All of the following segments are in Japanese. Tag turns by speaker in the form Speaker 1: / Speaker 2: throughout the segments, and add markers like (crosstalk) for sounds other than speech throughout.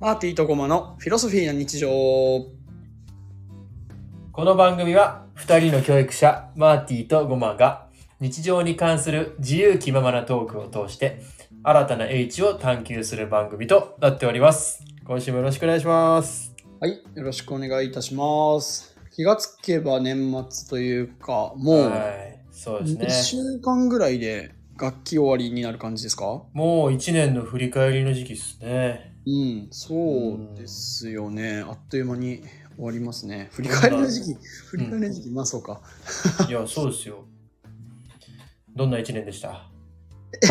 Speaker 1: マーティーとゴマのフィロソフィーな日常。
Speaker 2: この番組は2人の教育者マーティとゴマが日常に関する自由気ままなトークを通して新たな英知を探求する番組となっております。今週もよろしくお願いします。
Speaker 1: はい、よろしくお願いいたします。気がつけば年末というか、もう
Speaker 2: はい、そう
Speaker 1: 1
Speaker 2: ですね。
Speaker 1: 週間ぐらいで楽器終わりになる感じですか
Speaker 2: もう1年の振り返りの時期ですね。
Speaker 1: うん、そうですよね。あっという間に終わりますね。振り返りの時期、振り返りの時期、まあそうか。 (laughs)
Speaker 2: いや、そうですよ。どんな1年でした
Speaker 1: い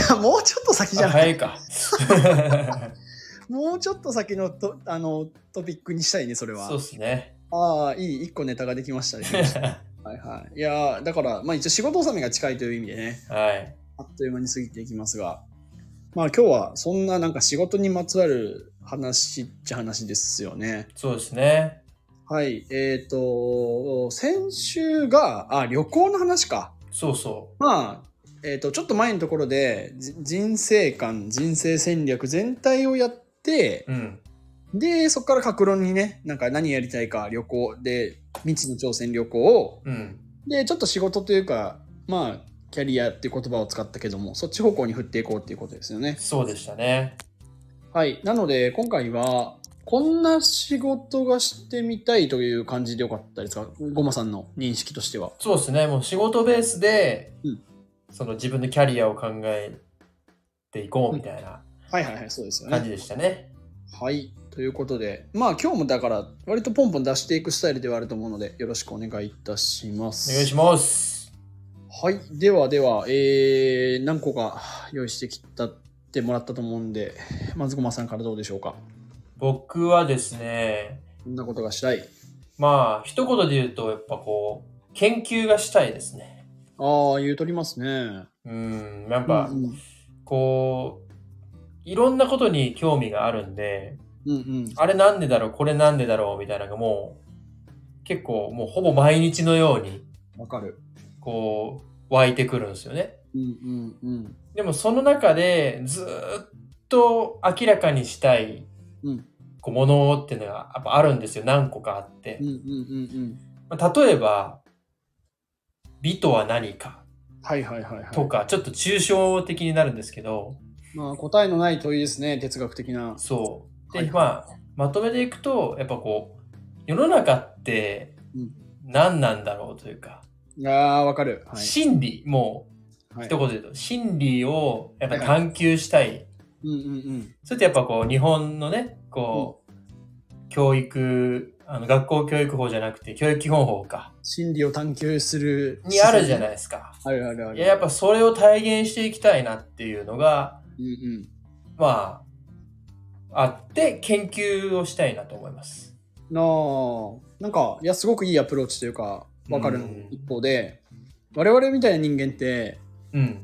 Speaker 1: や、もうちょっと先じゃ
Speaker 2: あ
Speaker 1: ない
Speaker 2: 早
Speaker 1: (laughs)
Speaker 2: いか。
Speaker 1: もうちょっと先のとあのトピックにしたいね、それは
Speaker 2: そう。ですね。 (laughs)
Speaker 1: ああ、いい、1個ネタができましたね。 (laughs) はいはい。いやーだから、まあ一応仕事納めが近いという意味でね、
Speaker 2: はい。
Speaker 1: あっという間に過ぎていきますが、まあ今日はそんななんか仕事にまつわる話っちゃ話ですよね。
Speaker 2: そうですね。
Speaker 1: はい。えっ、と、先週が、あ、旅行の話か。
Speaker 2: そうそ
Speaker 1: まあ、えっ、と、ちょっと前のところで、じ人生観、人生戦略全体をやって
Speaker 2: う。、うん。
Speaker 1: で、そこから格論にね、なんか何やりたいか、旅行で、未知の挑戦旅行を、
Speaker 2: うん。
Speaker 1: でちょっと仕事というかまあキャリアっていう言葉を使ったけどもそっち方向に振っていこうっていうことですよね
Speaker 2: そうでしたね。
Speaker 1: はいなので今回はこんな仕事がしてみたいという感じでよかったですかごまさんの認識としては
Speaker 2: そうですね、もう仕事ベースで、
Speaker 1: うん
Speaker 2: その自分のキャリアを考えていこうみたいな
Speaker 1: はいはいはいそうですよ
Speaker 2: 感
Speaker 1: ね
Speaker 2: じでしたね。
Speaker 1: はいということでまあ今日もだから割とポンポン出していくスタイルではあると思うのでよろしくお願いいたします
Speaker 2: お願いします。
Speaker 1: はいではではえー、何個か用意してきたってもらったと思うんでまずごまさんからどうでしょうか
Speaker 2: 僕はですね、
Speaker 1: こんなことがしたい
Speaker 2: まあ、一言で言うと、やっぱこう、研究がしたいですね。
Speaker 1: ああ、言うとりますね。
Speaker 2: うん、やっぱ、
Speaker 1: うんうん
Speaker 2: こう、いろんなことに興味があるんで、
Speaker 1: うん
Speaker 2: あれなんでだろう、これなんでだろう、みたいなのがもう、結構もうほぼ毎日のように、
Speaker 1: うん、わかる。
Speaker 2: こう、湧いてくるんですよね。
Speaker 1: うんうん
Speaker 2: でもその中でずーっと明らかにしたい
Speaker 1: うん
Speaker 2: こうものっていうのがやっぱあるんですよ何個かあって
Speaker 1: うんうんう、んうんうん。
Speaker 2: まあ、例えば美とは何か
Speaker 1: はいはいはいはい。
Speaker 2: とか、ちょっと抽象的になるんですけど
Speaker 1: まあ答えのない問いですね、哲学的な。
Speaker 2: そうで、
Speaker 1: はい
Speaker 2: まあまとめていくとやっぱこう世の中って
Speaker 1: うん
Speaker 2: 何なんだろうというか、
Speaker 1: ああ、わかる。はい。
Speaker 2: 真理も
Speaker 1: は
Speaker 2: う
Speaker 1: い
Speaker 2: 一、言で言うと真理をやっぱ探求したい
Speaker 1: うんうん
Speaker 2: それってやっぱこう日本のねこう、教育あの学校教育法じゃなくて教育基本法か
Speaker 1: うん。真理を探求する。
Speaker 2: にあるじゃない
Speaker 1: い。
Speaker 2: ですか。
Speaker 1: あるあるある。
Speaker 2: いややっぱそれを体現していきたいなっていうのが
Speaker 1: うんうん。
Speaker 2: まああって研究をしたいなと思います。
Speaker 1: なあ、なんか、いや、すごくいいアプローチというか、わかる
Speaker 2: うん
Speaker 1: 一方で、我々みたいな人間って、
Speaker 2: うん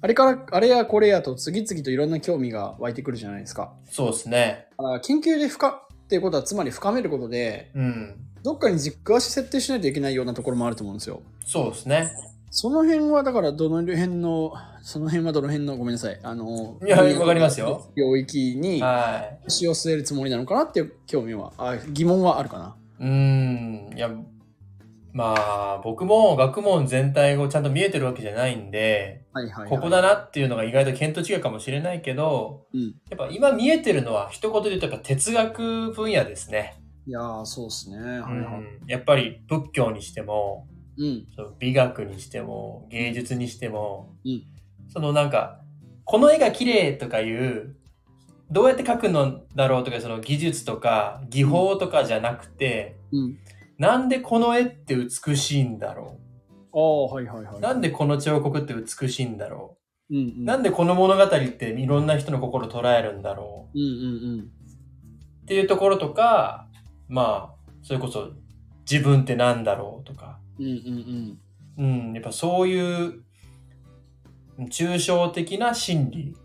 Speaker 1: あれから、あれやこれやと次々といろんな興味が湧いてくるじゃないですか。
Speaker 2: そうですね。
Speaker 1: あー研究で深っていうことはつまり深めることで
Speaker 2: うん
Speaker 1: どっかに軸足設定しないといけないようなところもあると思うんですよ
Speaker 2: そうですね。
Speaker 1: その辺はだからどの辺のその辺はどの辺のごめんなさいあの
Speaker 2: いやわかりますよ
Speaker 1: 領域に
Speaker 2: は。
Speaker 1: 足を据えるつもりなのかなっていう興味はあ疑問はあるかない
Speaker 2: うんいやまあ僕も学問全体をちゃんと見えてるわけじゃないんで。
Speaker 1: はいはい、はい、
Speaker 2: ここだなっていうのが意外と見当違いかもしれないけど、
Speaker 1: うん
Speaker 2: やっぱ今見えてるのは一言で言うとやっぱ哲学分野ですね。
Speaker 1: いやーそうですねは
Speaker 2: う
Speaker 1: いはい
Speaker 2: んやっぱり仏教にしても、
Speaker 1: うん
Speaker 2: その美学にしても、芸術にしても、
Speaker 1: うん
Speaker 2: そのなんか、この絵が綺麗とかいう、どうやって描くのだろうとか、その技術とか技法とかじゃなくて、
Speaker 1: うん
Speaker 2: なんでこの絵って美しいんだろ
Speaker 1: ああはいはいはいう
Speaker 2: なんでこの彫刻って美しいんだろう
Speaker 1: うんうん
Speaker 2: なんでこの物語っていろんな人の心を捉えるんだろ
Speaker 1: うんうん
Speaker 2: うっていうところとか、まあ、それこそ自分ってなんだろうとか、
Speaker 1: うんうんうん
Speaker 2: うん、やっぱそういう抽象的な心理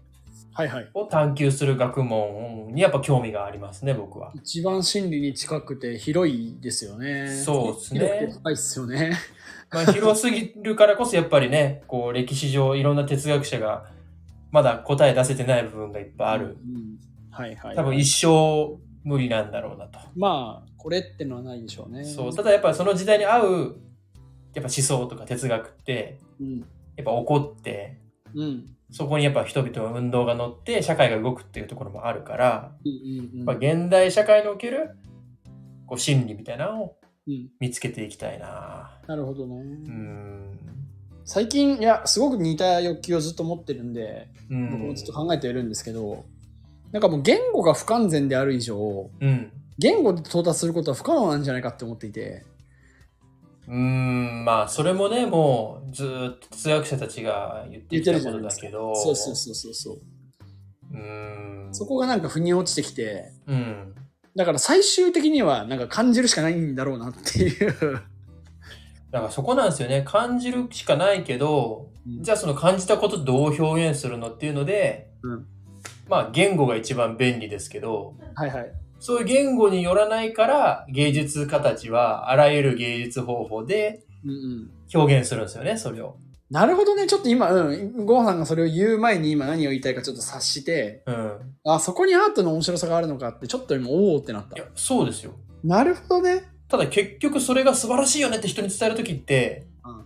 Speaker 1: はいはい
Speaker 2: を探求する学問にやっぱ興味がありますね、僕は。
Speaker 1: 一番真理に近くて広いですよね
Speaker 2: そうですね
Speaker 1: 広くて深いですよね
Speaker 2: まあ、広すぎるからこそやっぱりね、こう歴史上いろんな哲学者がまだ答え出せてない部分がいっぱいある
Speaker 1: うんはいはい。
Speaker 2: 多分一生無理なんだろうなと。
Speaker 1: まあ、これってのはないでしょうね。
Speaker 2: そうただやっぱその時代に合うやっぱ思想とか哲学って
Speaker 1: うん。
Speaker 2: やっぱ起こって
Speaker 1: うん。うん
Speaker 2: そこにやっぱ人々の運動が乗って社会が動くっていうところもあるから
Speaker 1: うんうん。
Speaker 2: やっぱ現代社会におけるこう心理みたいなのを
Speaker 1: うん
Speaker 2: 見つけていきたいな
Speaker 1: なるほどね。
Speaker 2: うん
Speaker 1: 最近、いや、すごく似た欲求をずっと持ってるんで、
Speaker 2: うん
Speaker 1: 僕もずっと考えているんですけど、なんかもう言語が不完全である以上、
Speaker 2: うん
Speaker 1: 言語で到達することは不可能なんじゃないかって思っていて、
Speaker 2: うんまあそれもねもうずーっと哲学者たちが言ってきたことだけど
Speaker 1: そうそうそうそうそう。
Speaker 2: うん
Speaker 1: そこがなんか腑に落ちてきて、
Speaker 2: うん
Speaker 1: だから最終的にはなんか感じるしかないんだろうなって
Speaker 2: (laughs)
Speaker 1: いう。
Speaker 2: だからそこなんですよね感じるしかないけど、
Speaker 1: うん
Speaker 2: じゃあその感じたことどう表現するのっていうので、
Speaker 1: うん
Speaker 2: まあ言語が一番便利ですけど
Speaker 1: はいはい。
Speaker 2: そういう言語によらないから芸術家たちはあらゆる芸術方法で
Speaker 1: うんうん。
Speaker 2: 表現するんですよねそれを。
Speaker 1: なるほどね。ちょっと今、うん。ゴーさんがそれを言う前に今何を言いたいかちょっと察して、
Speaker 2: うん、
Speaker 1: あ、そこにアートの面白さがあるのかって、ちょっと今、おおってなっ
Speaker 2: い
Speaker 1: た
Speaker 2: や。そうですよ。
Speaker 1: なるほどね。
Speaker 2: ただ結局それが素晴らしいよねって人に伝える時って、
Speaker 1: うん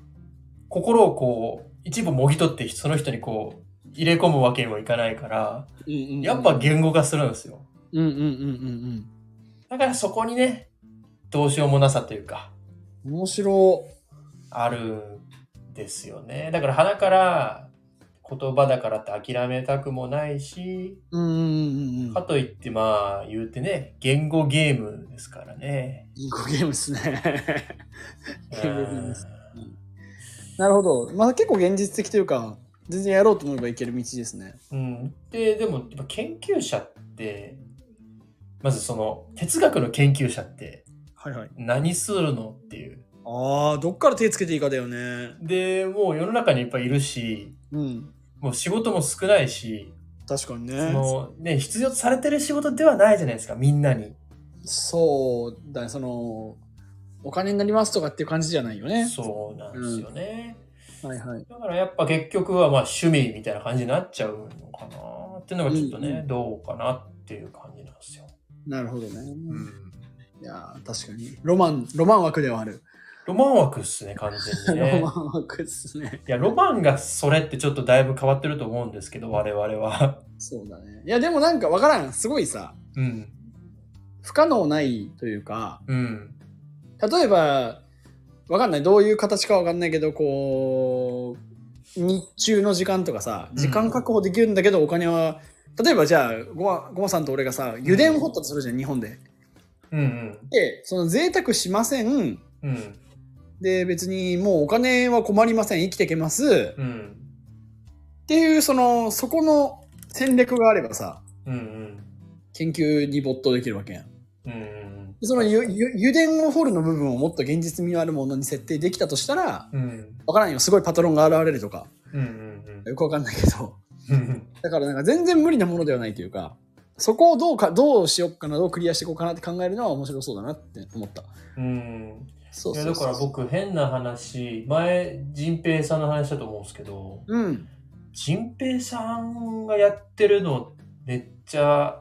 Speaker 2: 心をこう一部もぎ取ってその人にこう入れ込むわけにもいかないから
Speaker 1: うんうんうん
Speaker 2: やっぱ、言語化するんですよ。
Speaker 1: うんうんうんうん
Speaker 2: だからそこにね、どうしようもなさというか、
Speaker 1: うん。面白
Speaker 2: あるんですよね。だから鼻から言葉だからって諦めたくもないし、
Speaker 1: い。うんうんうんうん
Speaker 2: か。といってまあ言うてね、言語ゲームですからね。
Speaker 1: いい子ゲームですね。言語ゲームです
Speaker 2: うん
Speaker 1: (laughs) なるほど。まあ結構現実的というか、全然やろうと思えばいける道ですね。
Speaker 2: うん、で、でもやっぱ研究者って、まずその哲学の研究者って
Speaker 1: はいはい。
Speaker 2: 何するのっていう。
Speaker 1: ああ、どっから手つけていいかだよね。
Speaker 2: で、もう世の中にいっぱいいるし、
Speaker 1: うん。
Speaker 2: もう仕事も少ないし、
Speaker 1: 確かに
Speaker 2: そ
Speaker 1: ね。
Speaker 2: のね、必要とされてる仕事ではないじゃないですか、みんなに。
Speaker 1: そうだね。その、お金になりますとかっていう感じじゃないよね。
Speaker 2: そうなんですよね。
Speaker 1: はいはい。
Speaker 2: だからやっぱ結局はまあ趣味みたいな感じになっちゃうのかなっていうのがちょっとね、
Speaker 1: うんうん
Speaker 2: どうかなっていう感じなんですよ。
Speaker 1: なるほどね。いやー確かに。ロマン、ロマン枠ではある。
Speaker 2: ロマン枠っすね、完全
Speaker 1: (laughs)
Speaker 2: に
Speaker 1: ロ
Speaker 2: ね。
Speaker 1: マン枠ですね。
Speaker 2: いや、ロマンがそれってちょっとだいぶ変わってると思うんですけど、我々は。
Speaker 1: そうだね。いや、でもなんかわからん。すごいさ、
Speaker 2: うん。
Speaker 1: 不可能ないというか、
Speaker 2: うん。
Speaker 1: 例えば、わかんない。どういう形かわかんないけど、こう、日中の時間とかさ、
Speaker 2: ん
Speaker 1: 時間確保できるんだけど、お金は、例えばじゃあ、ごま、ごまさんと俺がさ、油田を掘ったとするじゃん、日本で。
Speaker 2: うん
Speaker 1: で、その贅沢しません。
Speaker 2: うん。うん。
Speaker 1: で、別にもうお金は困りません。生きていけます。
Speaker 2: うん。
Speaker 1: っていう、その、そこの戦略があればさ、
Speaker 2: うんうん。
Speaker 1: 研究に没頭できるわけやん。
Speaker 2: うんうん。
Speaker 1: そのゆゆ油田を掘るの部分をもっと現実味のあるものに設定できたとしたら、
Speaker 2: うん。
Speaker 1: わからんよ、すごいパトロンが現れるとか、
Speaker 2: うんうん
Speaker 1: よくわかんないけど、 (laughs)
Speaker 2: うん。
Speaker 1: だからなんか全然無理なものではないというか、そこをどうか、どうしようかな、どうクリアしていこうかなって考えるのは面白そうだなって思った。
Speaker 2: うん。
Speaker 1: そう
Speaker 2: い
Speaker 1: そ
Speaker 2: や
Speaker 1: うそう
Speaker 2: だから僕変な話前陣平さんの話だと思うんですけど
Speaker 1: うん。
Speaker 2: 陣平さんがやってるのめっちゃ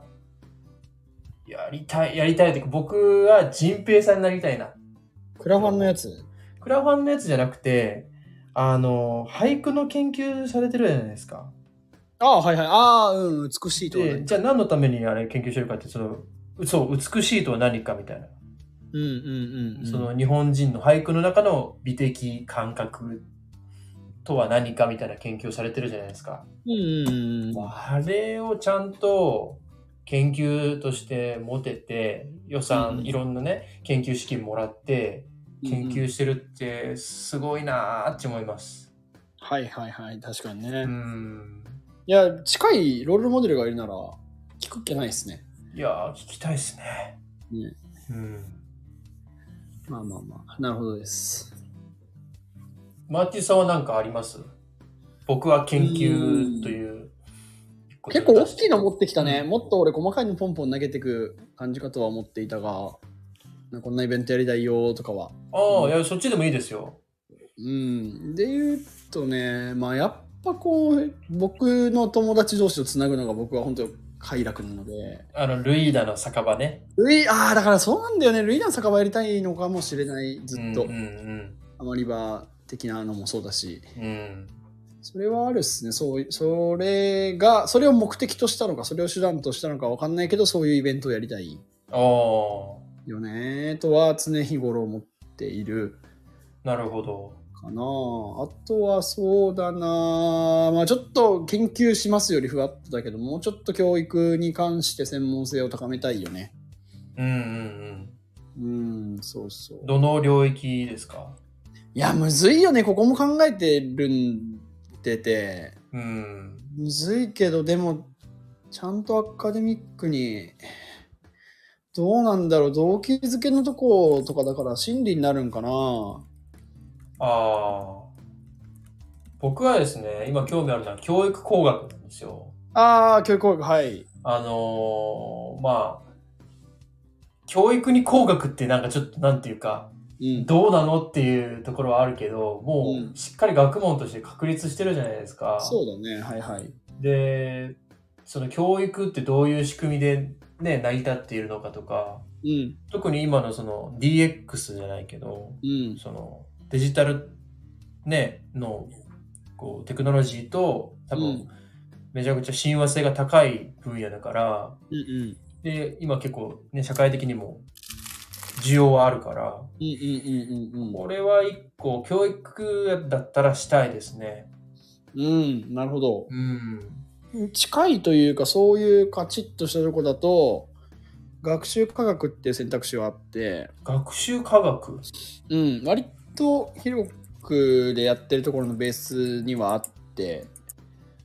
Speaker 2: やりたいやりたいっていうか僕は陣平さんになりたいな
Speaker 1: クラファンのやつ。
Speaker 2: クラファンのやつじゃなくてあの俳句の研究されてるじゃないですか
Speaker 1: ああ、はいはい。ああ、うん、美しいとは
Speaker 2: で
Speaker 1: ね。
Speaker 2: じゃあ何のためにあれ研究してるかってそのそう美しいとは何かみたいな、
Speaker 1: うんうんうんうん。
Speaker 2: その日本人の俳句の中の美的感覚とは何かみたいな研究をされてるじゃないですか
Speaker 1: うんうんうん。
Speaker 2: あれをちゃんと研究として持てて予算、
Speaker 1: うん
Speaker 2: いろんなね研究資金もらって研
Speaker 1: うんう
Speaker 2: 究
Speaker 1: ん。
Speaker 2: してるってすごいなーって思います。
Speaker 1: はいはいはい、確かにね。
Speaker 2: うん
Speaker 1: いや、近いロールモデルがいるなら、聞くっきゃないですね。
Speaker 2: いやー聞きたいですね。
Speaker 1: ね
Speaker 2: うん、
Speaker 1: まあまあまあ、なるほどです。
Speaker 2: マーティさんは何かあります僕は研
Speaker 1: うん
Speaker 2: 究ということ
Speaker 1: 結
Speaker 2: で
Speaker 1: 構大きいの持ってきたね。
Speaker 2: うん
Speaker 1: もっと俺細かいのポンポン投げてく感じかとは思っていたが、なこんなイベントやりたいよとかは。
Speaker 2: ああいやそっちでもいいですよ。
Speaker 1: うん。で言うとね、まあやっぱこう、僕の友達同士をつなぐのが僕は本当快楽なので。
Speaker 2: あの、ルイーダの酒場ね。
Speaker 1: ルイ、ああ、だからそうなんだよね。ルイダン酒場やりたいのかもしれない、ずっと。
Speaker 2: うんうん
Speaker 1: アマリバ的なのもそうだし。
Speaker 2: うん。うん。
Speaker 1: それはあるっすね。そう、それが、それを目的としたのか、それを手段としたのかわかんないけど、そういうイベントをやりたい
Speaker 2: お
Speaker 1: よね、とは常日頃思っている
Speaker 2: ー、なるほど。
Speaker 1: かな。あとはそうだな。まあちょっと研究しますよりふわっとだけど、もうちょっと教育に関して専門性を高めたいよね。
Speaker 2: うんうん
Speaker 1: うん、そうそう
Speaker 2: うん。。どの領域ですか
Speaker 1: いや、むずいよね。ここも考えてるんでて。
Speaker 2: うん。
Speaker 1: むずいけどでもちゃんとアカデミックにどうなんだろう動機づけのとことかだから真理になるんかな
Speaker 2: ああ。僕はですね、今興味あるのは教育工学なんですよ。
Speaker 1: ああ教育工学はい
Speaker 2: あのーまあ、教育に工学ってなんかちょっとなんていうか、
Speaker 1: うん
Speaker 2: どうなのっていうところはあるけど、も
Speaker 1: うん
Speaker 2: うしっかり学問として確立してるじゃないですか。
Speaker 1: そうだねはいはい
Speaker 2: で、その教育ってどういう仕組みでね、成り立っているのかとか、
Speaker 1: うん
Speaker 2: 特に今のその DX じゃないけど、
Speaker 1: うん
Speaker 2: そのデジタルね、のこうテクノロジーと
Speaker 1: う
Speaker 2: 多分
Speaker 1: ん
Speaker 2: めちゃくちゃ親和性が高い分野だから、
Speaker 1: うんうん
Speaker 2: で、今結構ね、社会的にも需要はあるか
Speaker 1: うん
Speaker 2: ら、
Speaker 1: うんうんうん
Speaker 2: これは一個教育だったらしたいですね。
Speaker 1: うんうんなるほど
Speaker 2: うん。
Speaker 1: 近いというかそういうカチッとしたとこだと学習科学っていう選択肢はあって
Speaker 2: 学習科学。
Speaker 1: うん、割と広くでやってるところのベースにはあって、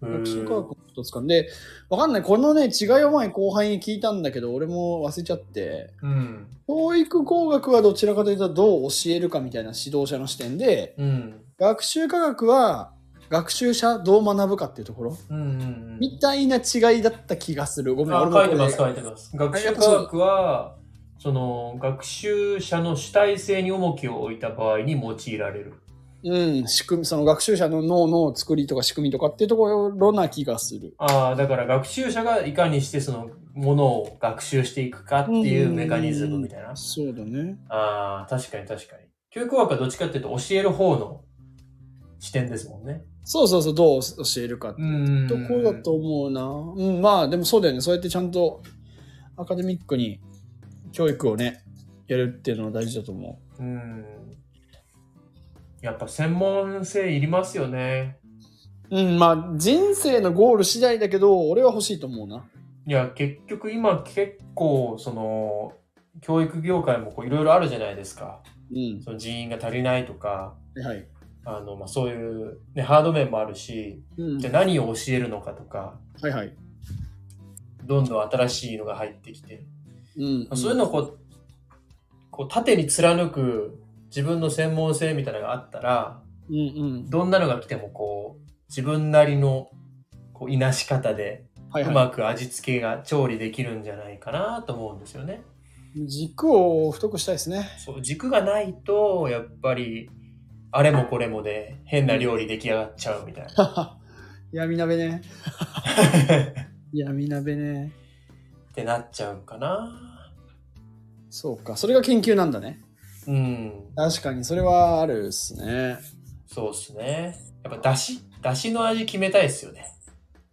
Speaker 1: 学習科学の一つかんで、わかんない、このね、違いを前後輩に聞いたんだけど、俺も忘れちゃって、
Speaker 2: うん。
Speaker 1: 教育工学はどちらかというとどう教えるかみたいな指導者の視点で、
Speaker 2: うん。
Speaker 1: 学習科学は学習者どう学ぶかっていうところ
Speaker 2: うんうんうん。
Speaker 1: みたいな違いだった気がする。ごめん、
Speaker 2: あ
Speaker 1: 俺も
Speaker 2: 書いてます
Speaker 1: こ
Speaker 2: 書いてます。学習科学は、その学習者の主体性に重きを置いた場合に用いられる。
Speaker 1: れうん、仕組み、その学習者の脳の作りとか仕組みとかっていうところな気がする。
Speaker 2: ああ、だから学習者がいかにしてそのものを学習していくかっていうメカニズムみたいな。
Speaker 1: そうだね。
Speaker 2: ああ、確かに確かに。教育学はどっちかっていうと教える方の視点ですもんね。
Speaker 1: そうそうそう、どう教えるかって
Speaker 2: うん
Speaker 1: ところだと思うな。うん、まあでもそうだよね。そうやってちゃんとアカデミックに教育をね、やるっていうのは大事だと思
Speaker 2: うん。やっぱ専門性いりますよね。
Speaker 1: う。うん、まあ人生のゴール次第だけど、俺は欲しいと思うな。
Speaker 2: いや、結局今結構、その、教育業界もこういろいろあるじゃないですか。
Speaker 1: うん。
Speaker 2: その人員が足りないとか、
Speaker 1: はい。
Speaker 2: あの、まあ、そういう、ね、ハード面もあるし、
Speaker 1: うん
Speaker 2: じゃあ何を教えるのかとか、
Speaker 1: はいはい。
Speaker 2: どんどん新しいのが入ってきて、
Speaker 1: うん
Speaker 2: まあそういうのをこう、こう縦に貫く自分の専門性みたいなのがあったら、
Speaker 1: うんうん。
Speaker 2: どんなのが来てもこう、自分なりの、こう、いなし方で、
Speaker 1: はいうは
Speaker 2: まく味付けが調理できるんじゃないかなと思うんですよね。
Speaker 1: い。軸を太くしたいですね。 (laughs)
Speaker 2: そう軸がないとやっぱりあれもこれもで変な料理出来上がっちゃうみたいな。
Speaker 1: 闇鍋
Speaker 2: (laughs)
Speaker 1: ね。闇鍋ね。
Speaker 2: ってなっちゃうかな。
Speaker 1: そうか。それが研究なんだね。
Speaker 2: うん。
Speaker 1: 確かに、それはあるっすね。
Speaker 2: そうっすね。やっぱだし、だしの味決めたいっすよね。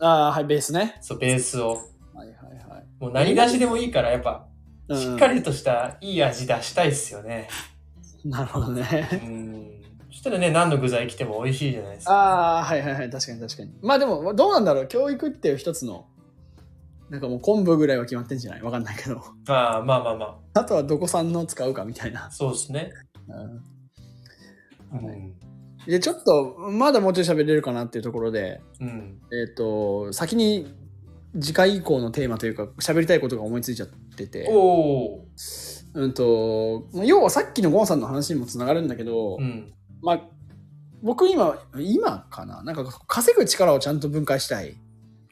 Speaker 1: ああ、はい、ベースね。
Speaker 2: そう、ベースを。
Speaker 1: はいはいはい。
Speaker 2: もう何だしでもいいからやっぱ
Speaker 1: うん
Speaker 2: しっかりとしたいい味出したいっすよね。
Speaker 1: なるほど
Speaker 2: う
Speaker 1: ね。
Speaker 2: ん。そしたらね、何の具材来ても美味しいじゃないですか。
Speaker 1: ああ、はいはいはい、確かに確かに。まあでも、どうなんだろう、教育っていう一つの、なんかもう昆布ぐらいは決まってんじゃないわかんないけど。
Speaker 2: ああ、まあまあま
Speaker 1: あとはどこさんの使うかみたいな
Speaker 2: あ。。そうっすね。
Speaker 1: うん
Speaker 2: うん。
Speaker 1: で、ちょっと、まだもうちょい喋れるかなっていうところで、
Speaker 2: うん。
Speaker 1: えっ、と、先に次回以降のテーマというか、喋りたいことが思いついちゃってて、
Speaker 2: おお。
Speaker 1: うんと、まあ要はさっきのゴンさんの話にもつながるんだけど、
Speaker 2: うん。
Speaker 1: まあ、僕今、今かななんか稼ぐ力をちゃんと分解したい。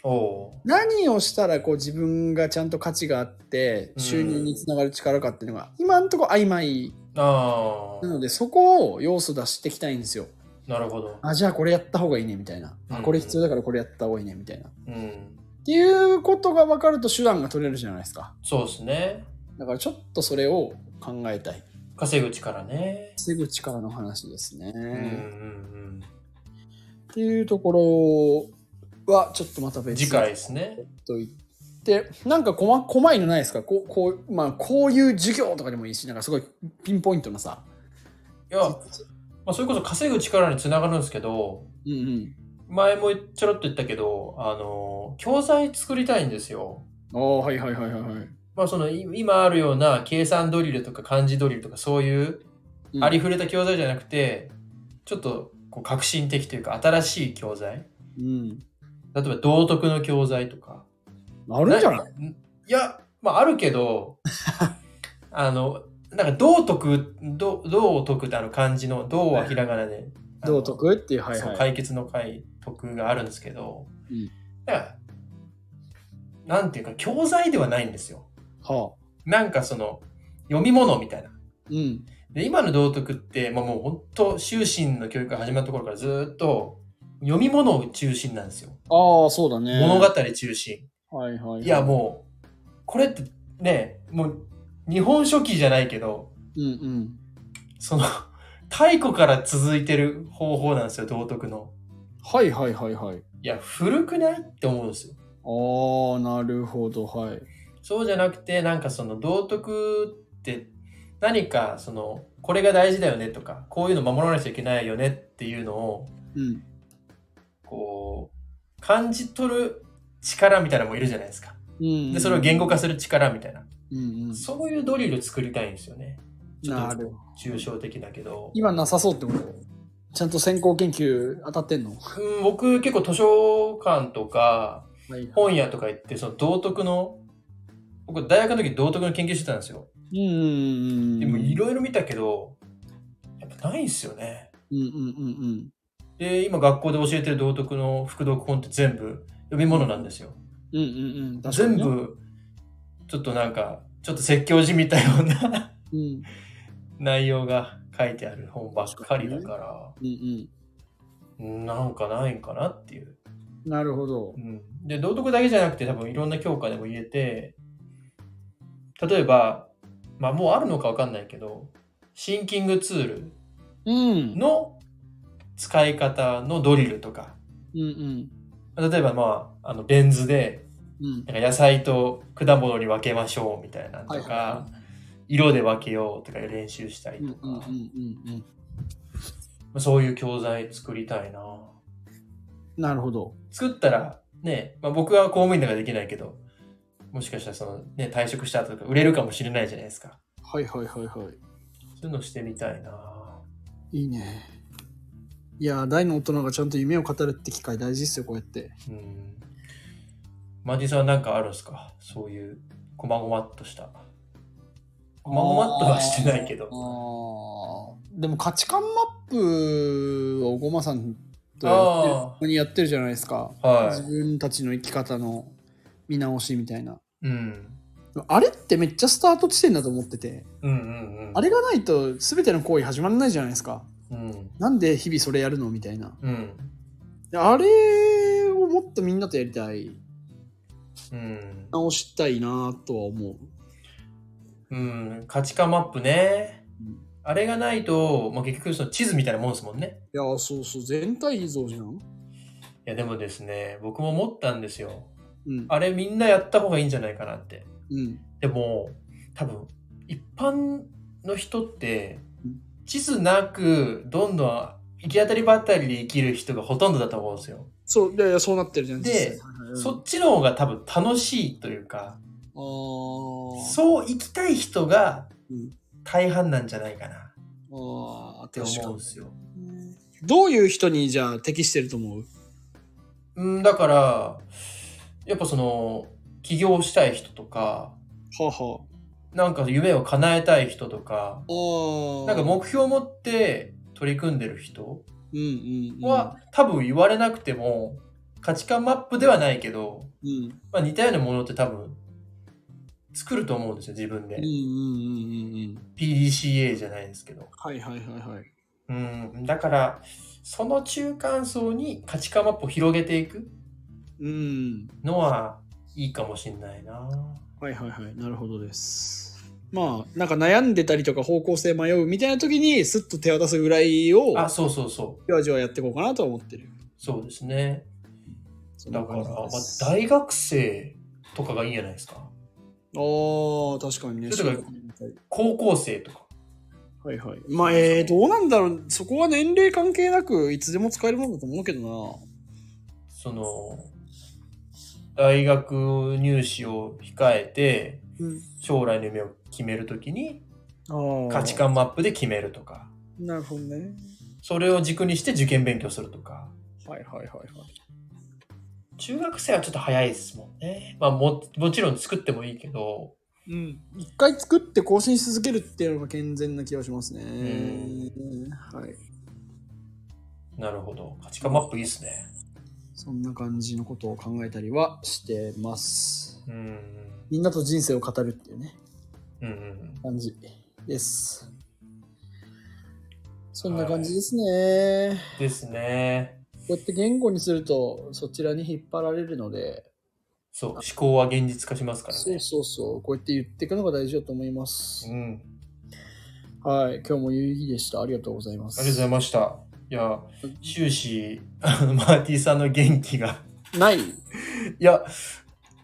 Speaker 2: おおー。
Speaker 1: 何をしたらこう自分がちゃんと価値があって
Speaker 2: うん
Speaker 1: 収入につながる力かっていうのが今んとこ曖昧
Speaker 2: ああ
Speaker 1: な。のでそこを要素出していきたいんですよ
Speaker 2: なるほど。
Speaker 1: あじゃあこれやった方がいいねみたいな、あ
Speaker 2: うん
Speaker 1: これ必要だからこれやった方がいいねみたいな
Speaker 2: うん。
Speaker 1: っていうことが分かると手段が取れるじゃないですか。
Speaker 2: そうですね。
Speaker 1: だからちょっとそれを考えたい。
Speaker 2: 稼ぐ力ね。
Speaker 1: 防ぐ力の話ですね。
Speaker 2: うんうん
Speaker 1: っていうところは、ちょっとまた
Speaker 2: うん。
Speaker 1: 別
Speaker 2: 次回ですね。
Speaker 1: と言って、なんかこま、細いのないですかこう、こう、まあ、こういう授業とかでもいいし、なんかすごいピンポイントのさ。
Speaker 2: いや、まあ、それこそ稼ぐ力につながるんですけど、
Speaker 1: うんうん。
Speaker 2: 前もちょろっと言ったけど、あの、教材作りたいんですよ。
Speaker 1: ああ、はいはいはいはいはい。
Speaker 2: まあ、その、い今あるような計算ドリルとか漢字ドリルとかそういう
Speaker 1: うん
Speaker 2: ありふれた教材じゃなくて、ちょっとこう革新的というか新しい教材。
Speaker 1: うん。
Speaker 2: 例えば道徳の教材とか。
Speaker 1: あるんじゃない
Speaker 2: いや、まああるけ
Speaker 1: (laughs)
Speaker 2: ど、あの、なんか道徳、道道徳ってあの漢字の道はひらがなで。あの
Speaker 1: 道徳っていう、はい
Speaker 2: そう
Speaker 1: はい。
Speaker 2: 解決の解徳があるんですけど、
Speaker 1: うん
Speaker 2: だからなんていうか教材ではないんですよ
Speaker 1: はあ。
Speaker 2: なんかその読み物みたいな
Speaker 1: うん。
Speaker 2: で今の道徳って、まあ、もう本当終身の教育が始まった頃からずーっと読み物を中心なんですよ、
Speaker 1: ああ、そうだね。
Speaker 2: 物語中心
Speaker 1: はいはいはい。
Speaker 2: いやもうこれってねもう日本書紀じゃないけど
Speaker 1: うんうん。
Speaker 2: その (laughs) 太古から続いてる方法なんですよ道徳の
Speaker 1: はいはいはいはい。
Speaker 2: いや古くないって思うんですよ
Speaker 1: ああ、なるほど、はい。
Speaker 2: そうじゃなくてなんかその道徳って何かそのこれが大事だよねとかこういうの守らなきゃいけないよねっていうのを
Speaker 1: うん。
Speaker 2: こう感じ取る力みたいなのもいるじゃないですか。
Speaker 1: うん
Speaker 2: でそれを言語化する力みたいな、
Speaker 1: うんうん。
Speaker 2: そういうドリル作りたいんですよね。ちょ
Speaker 1: な
Speaker 2: っ
Speaker 1: る
Speaker 2: と抽象的だけど、
Speaker 1: 今なさそうってことちゃんと先行研究当たってんの
Speaker 2: うん僕結構図書館とか
Speaker 1: はい。う
Speaker 2: 本屋とか行ってその道徳の僕大学の時道徳の研究してたんですよ。
Speaker 1: んうんうん。
Speaker 2: でもいろいろ見たけどやっぱないんですよね。
Speaker 1: うんうんうん
Speaker 2: で、今学校で教えてる道徳の副読本って全部読み物なんですよ。
Speaker 1: うん。うんうんうん。確かに
Speaker 2: 全
Speaker 1: ね。
Speaker 2: 部、ちょっとなんか、ちょっと説教じみたような (laughs)
Speaker 1: うん
Speaker 2: 内容が書いてある本ばっかりだか
Speaker 1: うん
Speaker 2: ら、なんかないんかなっていう。
Speaker 1: うん。なるほど
Speaker 2: う。ん、で、道徳だけじゃなくて多分いろんな教科でも言えて、例えば、まあもうあるのかわかんないけど、シンキングツール
Speaker 1: うん。
Speaker 2: の使い方のドリルとか、
Speaker 1: うんうん。
Speaker 2: 例えばまあ、あの、ベン図で、
Speaker 1: うん。
Speaker 2: なんか野菜と果物に分けましょうみたいなのとか、
Speaker 1: はいは
Speaker 2: 色で分けようとかいう練習したり
Speaker 1: うんう
Speaker 2: と
Speaker 1: ん
Speaker 2: か、
Speaker 1: うん
Speaker 2: ま
Speaker 1: うんうん。
Speaker 2: あそういう教材作りたいな
Speaker 1: なるほど。
Speaker 2: 作ったらね、まあ、僕は公務員だからできないけどもしかしたらその、ね、退職した後とか売れるかもしれないじゃないですか
Speaker 1: はいはいはいは。
Speaker 2: そういうのしてみたいない
Speaker 1: いいね。いやー、大の大人がちゃんと夢を語るって機会大事ですよ、こうやって。
Speaker 2: うんマーティンさんは何かあるんですかそういうこまごまっとしたこまごまっとはしてないけ
Speaker 1: あ
Speaker 2: ど
Speaker 1: ーでも価値観マップをごまさんとやってる
Speaker 2: あー
Speaker 1: ここにやってるじゃないですか、自
Speaker 2: は、
Speaker 1: 分たちの生き方の見直しみたいない
Speaker 2: うん、
Speaker 1: あれってめっちゃスタート地点だと思ってて
Speaker 2: うんうんうん
Speaker 1: あれがないと全ての行為始まらないじゃないですか
Speaker 2: うん
Speaker 1: なんで日々それやるのみたいな
Speaker 2: うん
Speaker 1: であれをもっとみんなとやりたい
Speaker 2: うん
Speaker 1: 直したいなとは思う
Speaker 2: うん、価値観マップね。
Speaker 1: うん
Speaker 2: あれがないと、まあ、結局その地図みたいなもんですもんね。
Speaker 1: いやーそうそう全体像じゃん
Speaker 2: いやでもですね、僕も思ったんですよ。
Speaker 1: うん
Speaker 2: あれみんなやった方がいいんじゃないかなって。
Speaker 1: うん
Speaker 2: でも、多分、一般の人って
Speaker 1: うん、
Speaker 2: 地図なく、どんどん行き当たりばったりで生きる人がほとんどだと思うんですよ。
Speaker 1: そういやいやそうなってるじゃん
Speaker 2: で
Speaker 1: 実際はいはい
Speaker 2: そっちの方が多分楽しいというか、
Speaker 1: ああ
Speaker 2: そう生きたい人が
Speaker 1: うん
Speaker 2: 大半なんじゃないかなっ
Speaker 1: ああ、
Speaker 2: て
Speaker 1: 確か
Speaker 2: 思うん
Speaker 1: に
Speaker 2: ですよ。
Speaker 1: どういう人にじゃあ適してると思う
Speaker 2: うん、だから、やっぱその、起業したい人とか、
Speaker 1: はは
Speaker 2: なんか夢を叶えたい人とか、
Speaker 1: ああ。
Speaker 2: なんか目標を持って取り組んでる人
Speaker 1: う、うんうん。
Speaker 2: は、多分言われなくても、価値観マップではないけど、
Speaker 1: うん、
Speaker 2: まあ、似たようなものって多分、作ると思うんですよ、自分で
Speaker 1: うんうんう。んうんうん。
Speaker 2: PDCA じゃないですけど。
Speaker 1: はいはいはいはい。
Speaker 2: うん、だから、その中間層に価値観マップを広げていく。
Speaker 1: ううん。
Speaker 2: のはいいかもしんないな。
Speaker 1: はいはいはい。なるほどです。まあ、なんか悩んでたりとか方向性迷うみたいな時に、スッと手渡すぐらいを、
Speaker 2: あ、そうそうそう。
Speaker 1: じわじわやっていこうかなとは思ってる。
Speaker 2: そうですね。
Speaker 1: そん
Speaker 2: だ
Speaker 1: な
Speaker 2: から、
Speaker 1: 感
Speaker 2: ま
Speaker 1: じ
Speaker 2: あ
Speaker 1: です、
Speaker 2: 大学生とかがいいんじゃないですか。
Speaker 1: ああ、確かにね。
Speaker 2: それとか高校生とか。
Speaker 1: はいはい。まあ、えー、どうなんだろう。そこは年齢関係なく、いつでも使えるものだと思うけど
Speaker 2: その、大学入試を控えて、
Speaker 1: な。うん。
Speaker 2: 将来の夢を決めるときに、
Speaker 1: ああ。
Speaker 2: 価値。観マップで決めるとか、
Speaker 1: なるほどね。
Speaker 2: それを軸にして受験勉強するとか。
Speaker 1: はいはいはいはい。
Speaker 2: 中学生はちょっと早いですもんね。まあも、もちろん作ってもいいけど、
Speaker 1: うん、一回作って更新し続けるっていうのが健全な気がしますね。はい。
Speaker 2: なるほど。価値観マップいいですね。
Speaker 1: そんな感じのことを考えたりはしてます。
Speaker 2: うん。
Speaker 1: みんなと人生を語るっていうね、
Speaker 2: うんうん。
Speaker 1: 感じです。そんな感じですね。
Speaker 2: ですね。
Speaker 1: こうやって言語にすると、そちらに引っ張られるので、
Speaker 2: そう、思考は現実化しますから
Speaker 1: そう
Speaker 2: ね。
Speaker 1: そうそう、こうやって言っていくのが大事だと思います。
Speaker 2: うん。
Speaker 1: はい、今日も有意義でした。ありがとうございます。
Speaker 2: ありがとうございました。いや、終始、 (laughs) あのマーティさんの元気が、
Speaker 1: ない
Speaker 2: いや、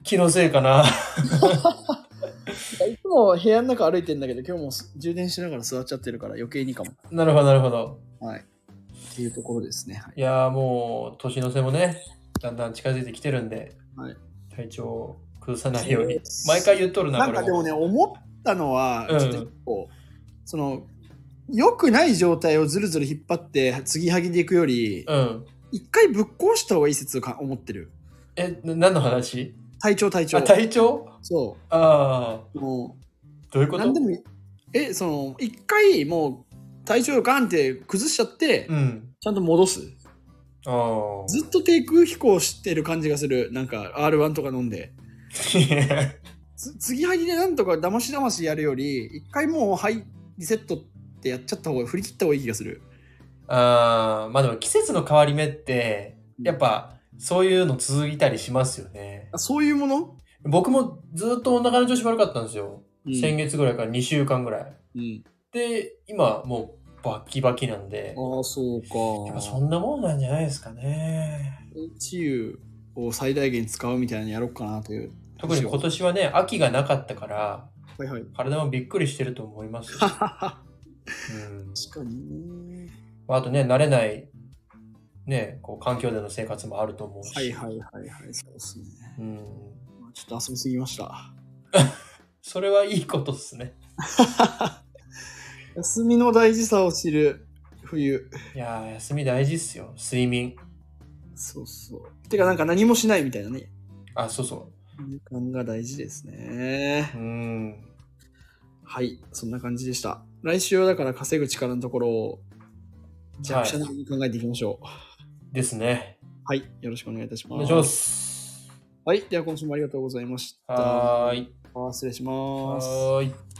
Speaker 2: 気のせいかな。 (laughs)
Speaker 1: いつも部屋の中歩いてんだけど、今日も充電しながら座っちゃってるから余計にかも。
Speaker 2: なるほど、なるほど。
Speaker 1: はい。っていうところですね。はい。
Speaker 2: いやー、もう、年の瀬もね、だんだん近づいてきてるんで、
Speaker 1: はい
Speaker 2: 体調を崩さないよう
Speaker 1: そう
Speaker 2: に
Speaker 1: で。す
Speaker 2: 毎回言っとるな、
Speaker 1: なんか
Speaker 2: こ
Speaker 1: で
Speaker 2: れ
Speaker 1: もね、思ったのは、
Speaker 2: うん
Speaker 1: ちょっと結構、その、良くない状態をずるずる引っ張って、継ぎはぎでいくより、
Speaker 2: うん。
Speaker 1: 一回ぶっ壊した方がいい説をか思ってる。
Speaker 2: え、な何の話
Speaker 1: 体調、体調
Speaker 2: あ、。体調
Speaker 1: そ
Speaker 2: ああ、
Speaker 1: う。も
Speaker 2: どういう
Speaker 1: う、
Speaker 2: こと
Speaker 1: なんでもいい、え、その、一回もう、体調をガンって崩しちゃって、
Speaker 2: うん。
Speaker 1: ちゃんと戻す。
Speaker 2: ああ。
Speaker 1: ずっと低空飛行してる感じがする。なんか、R1 とか飲んで。つ継ぎはぎでなんとかだましだましやるより一回もうはいリセットってやっちゃった方が振り切った方がいい気がする
Speaker 2: (laughs) ああ、まあでも季節の変わり目って、やっぱ、そういうの続いたりしますよね。
Speaker 1: あそういうもの、
Speaker 2: 僕もずっとお腹の調子悪かったんですよ。
Speaker 1: うん、
Speaker 2: 先月ぐらいから2週間ぐら
Speaker 1: う
Speaker 2: い。
Speaker 1: ん、
Speaker 2: で、今もうバッキバキなんで、
Speaker 1: ああそうか
Speaker 2: やっぱそんなもんなんじゃないですかね。
Speaker 1: 治癒を最大限使うみたいなのやろうかなという
Speaker 2: 特に今年はね、秋がなかったから、
Speaker 1: はいはい
Speaker 2: 体もびっくりしてると思いますよ。
Speaker 1: (laughs) 確
Speaker 2: うん
Speaker 1: かにね
Speaker 2: まああとね、慣れない、ね、こう環境での生活もあると思うし。
Speaker 1: はいはいはいはいそうですね
Speaker 2: うん、
Speaker 1: ちょっと遊びすぎました
Speaker 2: それはいいことですね。
Speaker 1: 休みの大事さを知る冬
Speaker 2: いやー、休み大事っすよ。睡眠。
Speaker 1: そうそうてかなんか何もしないみたいなね
Speaker 2: あ、そうそ
Speaker 1: 時間が大事ですね
Speaker 2: う。うん。
Speaker 1: はい、そんな感じでした。来週はだから稼ぐ力のところを弱者並みに考えていきましょう。
Speaker 2: ですね。
Speaker 1: はい、よろしくお願いいたし
Speaker 2: お
Speaker 1: ま
Speaker 2: 願い
Speaker 1: す。
Speaker 2: します。
Speaker 1: はい、では今週もありがとうございました。
Speaker 2: はーい。
Speaker 1: 失礼します。
Speaker 2: はーい。